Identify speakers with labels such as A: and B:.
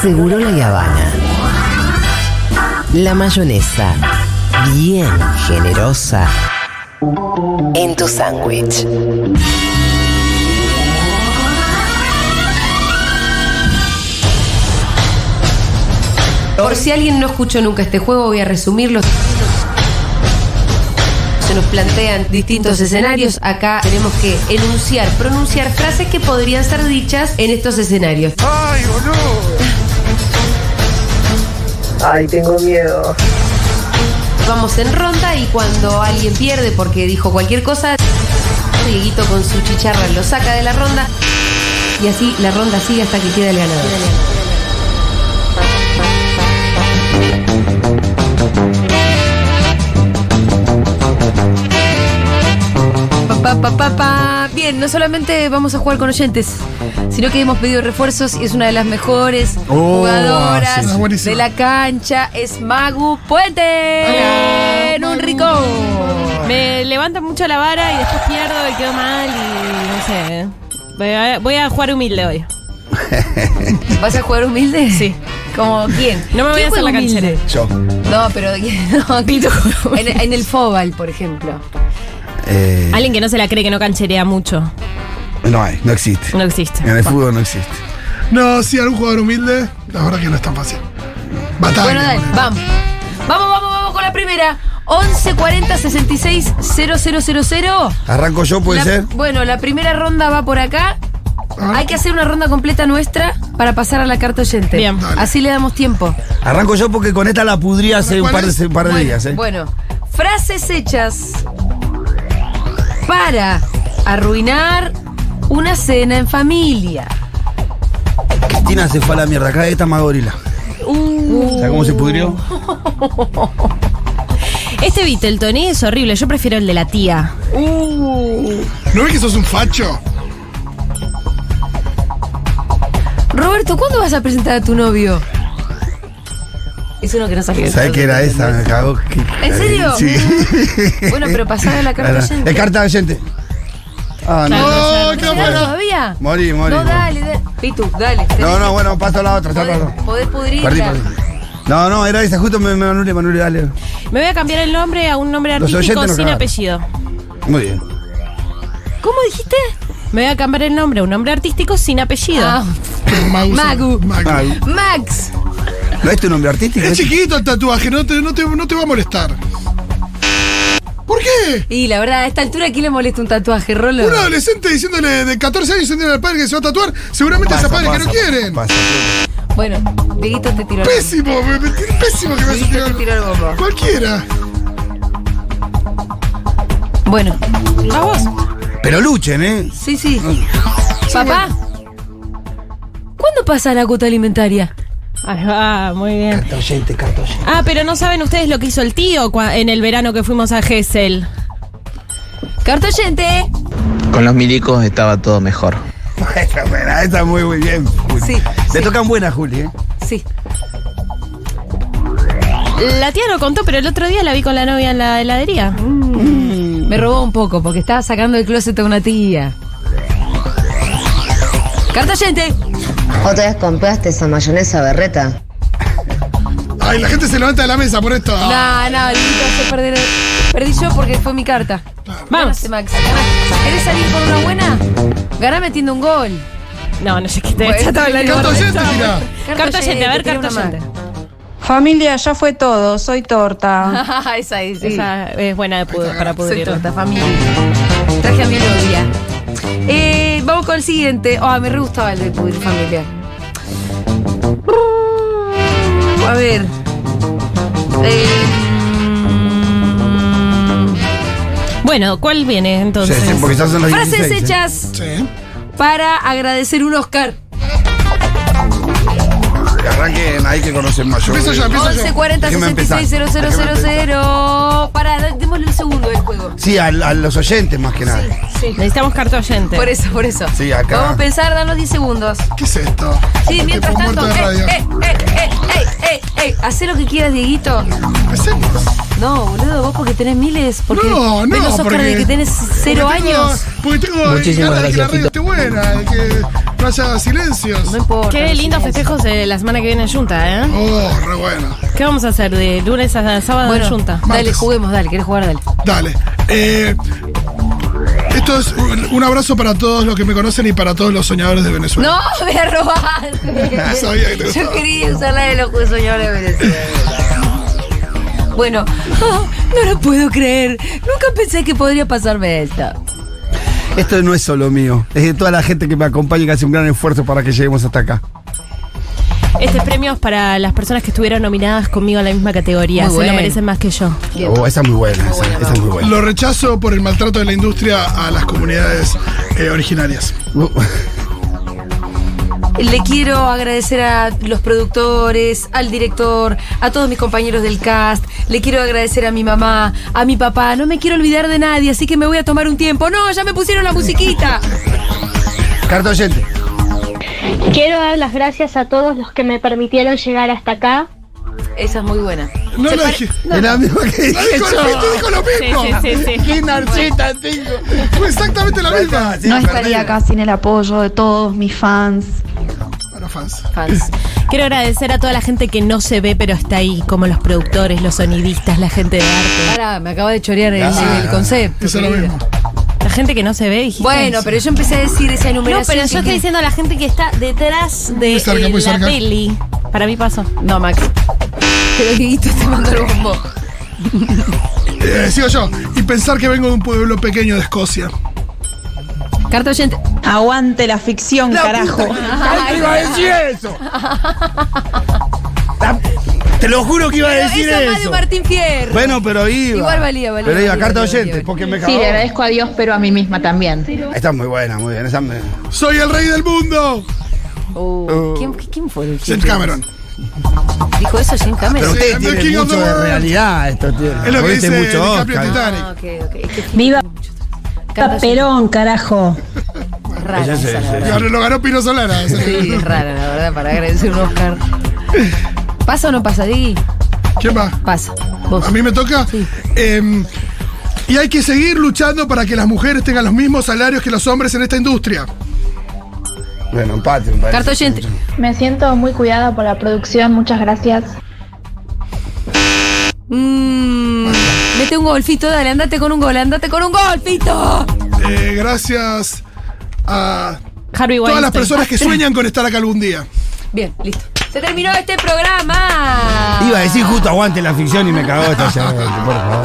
A: Seguro la Habana. La mayonesa, bien generosa, en tu sándwich.
B: Por si alguien no escuchó nunca este juego, voy a resumirlo. Se nos plantean distintos escenarios. Acá tenemos que enunciar, pronunciar frases que podrían ser dichas en estos escenarios.
C: ¡Ay, boludo!
D: Ay, tengo miedo.
B: Vamos en ronda y cuando alguien pierde porque dijo cualquier cosa, Dieguito con su chicharra lo saca de la ronda. Y así la ronda sigue hasta que queda el ganador. Pa, pa, pa, pa. Bien, no solamente vamos a jugar con oyentes, sino que hemos pedido refuerzos y es una de las mejores
C: Oh,
B: jugadoras
C: sí, sí. Buenísimo.
B: de la cancha. Es Magu Puente. En un rico.
E: Me levanta mucho la vara y después pierdo y quedo mal y no sé. eh. Voy a, voy a jugar humilde hoy.
B: ¿Vas a jugar humilde?
E: Sí.
B: ¿Como quién?
E: No me voy
B: ¿Quién
E: a hacer
B: juega
E: la
B: humilde?
E: canchera.
C: Yo.
B: No, pero no, en, en el Fobal, por ejemplo.
C: Eh,
E: Alguien que no se la cree que no cancherea mucho.
C: no hay, no existe.
E: No existe.
C: En el fútbol no existe.
F: No, sí, algún jugador humilde, la verdad que no es tan fácil. Batalla.
B: Bueno, dale, vamos. Vamos, vamos, vamos con la primera. 11 40 66 000.
C: Arranco yo, puede
B: La-
C: ser.
B: Bueno, la primera ronda va por acá.
F: A ver.
B: Hay que hacer una ronda completa nuestra para pasar a la carta oyente.
E: Bien. Dale.
B: Así le damos tiempo.
C: Arranco yo porque con esta la pudría hace un
F: ¿Cuál
C: par de,
F: es?
C: un par de
B: bueno,
C: días, ¿eh?
B: bueno, frases hechas para arruinar una cena en familia.
C: Cristina se fue a la mierda. Acá está más gorila.
B: Uh.
C: ¿Sabes cómo se pudrió?
E: Este Beatleton es horrible. Yo prefiero el de la tía.
C: Uh.
F: ¿No ves que sos un facho?
B: Roberto, ¿cuándo vas a presentar a tu novio? Es uno que no sabía.
C: ¿Sabes qué era esa? Me cagó. que-
B: ¿En serio?
C: Sí.
B: Bueno, pero pasada de la carta
C: Ahora,
B: oyente.
C: Es carta oyente. Ah, no.
F: ¡Oh, qué
B: ¿No será
F: bueno!
B: todavía?
C: Morí, morí.
B: No, dale, dale. Pitu, dale.
C: No, no, bueno, paso a la otra.
B: Podés,
C: paso.
B: podés pudrirla.
C: Perdí, perdí. No, no, era esa. Justo me, me anulé, me anulé, dale.
E: Me voy a cambiar el nombre a un nombre
C: Los oyentes
E: artístico
C: nos
E: sin
C: cagaron.
E: apellido.
C: Muy bien.
B: ¿Cómo dijiste?
E: Me voy a cambiar el nombre a un nombre artístico sin apellido.
B: Ah,
F: Magu.
B: Magu.
C: Ah,
B: Max.
C: ¿No es tu nombre artístico?
F: Es chiquito el tatuaje, no te, no te- no te va a molestar. ¿Por qué?
B: Y la verdad, a esta altura, ¿a quién le molesta un tatuaje, Rolo?
F: Un adolescente diciéndole de 14 años diciéndole al padre que se va a tatuar, seguramente es a padres que no quieren.
C: pasa.
B: Bueno, Dieguito te tiró el bombo.
F: Pésimo, me, me- pésimo que me hace
B: Dieguito te tiró
F: tirar.
B: el bombo.
F: Cualquiera.
B: Bueno,
E: ¿A vos?
C: Pero luchen, ¿eh?
B: sí, sí. Papá. ¿Cuándo pasa la cuota alimentaria?
E: Ahí va, muy bien.
C: Carta oyente, carta oyente.
E: Ah, pero no saben ustedes lo que hizo el tío cua- en el verano que fuimos a Gessel.
B: Carta oyente.
G: Con los milicos estaba todo mejor.
C: Esa es buena, esa es muy, muy bien. Juli.
B: Sí,
C: Le
B: sí.
C: tocan buenas, Juli, ¿eh?
B: Sí.
E: La tía lo contó, pero el otro día la vi con la novia en la heladería.
B: Me robó un poco porque estaba sacando del closet a una tía. Carta oyente.
H: ¿Otra vez compraste esa mayonesa berreta?
F: Ay, la gente se levanta de la mesa por esto. Ah,
B: No, no, Dieguito, se perder. Perdí yo porque fue mi carta.
E: Vamos.
B: Ganaste, Max. Ganaste. ¿Querés salir con una buena? Ganá metiendo un gol.
E: No, no sé qué
B: Bueno,
E: te está hablando.
F: Carta oyente, tirá.
E: Carta oyente, a ver,
B: tira
E: carta
B: una
E: oyente.
B: más.
I: Familia, ya fue todo, soy torta.
B: Ah, esa ahí, sí.
E: Esa es buena de pud- para
B: Soy
E: pudrir.
B: torta, familia. Traje a mi novia. Eh, vamos con el siguiente. Ah, me re gustaba el de pudrir familia. A ver. Eh,
E: Bueno, ¿cuál viene
C: Sí,
E: entonces?
C: sí, porque ya son las
B: frases
C: 16, ¿eh?
B: hechas
F: Sí.
B: para agradecer un Oscar.
C: Que arranquen, hay que conocer más. Yo- ¿eh?
F: Empiezo yo, empiezo yo.
B: 11 40
C: Déjeme
B: 66
C: empezar.
B: 000. Para, démosle un segundo del juego.
C: Sí, a, a los oyentes más que nada.
B: Sí.
E: Necesitamos carta oyente.
B: Por eso, por eso.
C: Sí, acá.
B: Vamos a pensar, danos 10 segundos.
F: ¿Qué es esto?
B: Sí, mientras
F: Estoy
B: tanto.
F: muerto
B: Eh,
F: de radio.
B: eh, eh, eh, eh, eh, eh. Hacé lo que quieras, Dieguito.
F: Empecemos.
B: No, boludo, vos porque tenés miles. Porque
F: No, no,
B: de los Oscar
F: porque-
B: de que tenés cero
F: Porque tengo-
B: años.
F: Porque tengo
G: Muchísimas
F: ganas de que
G: gracias,
F: la radio
G: Fito.
F: esté buena, de que Playa Silencios.
B: No importa.
E: Qué lindos festejos de la semana que viene en Junta, ¿eh?
F: Oh, re bueno.
E: ¿Qué vamos a hacer de lunes a sábado
B: Bueno,
E: en Junta?
B: dale, juguemos, dale. ¿Quieres jugar? Dale.
F: Dale. Eh, esto es un, un abrazo para todos los que me conocen y para todos los soñadores de Venezuela.
B: No, me robaste.
F: Sabía que te
B: Yo
F: gustaba.
B: quería usar la de los señores de Venezuela. Bueno, ah, no lo puedo creer. Nunca pensé que podría pasarme esta.
C: Esto no es solo mío, es de toda la gente que me acompaña y que hace un gran esfuerzo para que lleguemos hasta acá.
E: Este premio es para las personas que estuvieron nominadas conmigo a la misma categoría.
B: Muy
E: Se lo
B: bueno.
E: merecen más que yo.
C: Oh, esa es muy buena, esa, esa es muy buena.
F: Lo rechazo por el maltrato de la industria a las comunidades eh, originarias.
B: Le quiero agradecer a los productores, al director, a todos mis compañeros del cast. Le quiero agradecer a mi mamá, a mi papá. No me quiero olvidar de nadie, así que me voy a tomar un tiempo. No, ya me pusieron la musiquita.
C: Carta oyente.
J: Quiero dar las gracias a todos los que me permitieron llegar hasta acá.
B: Esa es muy buena.
F: No
B: Se
F: lo
B: pare-
F: dije.
C: Es la misma que
F: La dijo el Fito, dijo lo mismo.
E: Sí, sí, sí, sí.
C: Qué narcita tengo.
F: Fue exactamente la misma.
I: No estaría acá sin el apoyo de todos mis fans.
F: Para fans.
B: Fans.
E: Quiero agradecer a toda la gente que no se ve pero está ahí, como los productores, los sonidistas, la gente de arte.
B: Pará, me acaba de chorear el,
C: Ah,
B: el concepto.
F: Eso es lo
B: querida.
F: mismo.
E: La gente que no se ve, dijiste.
B: Bueno, pero yo empecé a decir esa
E: No,
B: enumeración.
E: pero
B: sin
E: yo estoy
B: que-
E: diciendo a la gente que está detrás de
F: Muy cerca,
E: eh,
F: muy
E: la
F: cerca.
E: peli. Para mí pasó.
B: No, Max. Pero Dieguito te mandó el bombo.
F: Eh, sigo yo. Y pensar que vengo de un pueblo pequeño de Escocia.
B: Carta oyente.
I: Aguante la ficción, carajo.
C: Ay, te iba a decir eso. La- Te lo juro que iba a decir
B: Esa más de
C: eso.
B: Martín Fierro.
C: Bueno, pero iba.
B: Igual valía, valía,
C: Pero iba,
B: valía,
C: carta
B: valía,
C: oyente,
B: valía.
C: porque me
H: Sí,
C: cagó.
H: le agradezco a Dios, pero a mí misma también.
C: Está muy buena, muy bien. Esa me-
F: Soy el rey del mundo.
B: Oh, ¿quién, quién fue el
F: James
B: que
F: Cameron.
B: Dijo eso Jim Cameron.
C: Pero
F: Sí,
C: ustedes
F: I'm the
C: tienen
F: king of the
C: mucho de
F: world.
C: realidad. Esto tiene.
F: Es lo que
C: Ah, Viste
F: dice
C: mucho
F: DiCaprio en
C: Oscar.
F: Titanic.
B: Ah, ok, ok. Es que
K: Viva
B: Carta oyente
K: Perón, carajo.
B: es rara.
C: Ella se-
B: esa, la
C: se-
F: Y
B: verdad.
F: ahora lo ganó Pino Solana.
B: Sí, es rara, la verdad, para agradecer un Oscar. ¿Pasa o no pasa, Diggy?
F: ¿Quién va?
B: Pasa. Vos.
F: ¿A mí me toca?
B: Sí.
F: Em, y hay que seguir luchando para que las mujeres tengan los mismos salarios que los hombres en esta industria.
C: Bueno, empate, empate.
B: Carta oyente.
J: Me siento muy cuidada por la producción, muchas gracias.
B: Mmm. Mete un golfito, dale, andate con un gol, andate con un golfito.
F: Eh, gracias a
E: Harvey
F: todas las
E: Weinstein.
F: personas que sueñan con estar acá algún día.
B: Bien, listo. Se terminó este programa.
C: Iba a decir justo aguante la ficción y me cagó esta ya, por favor.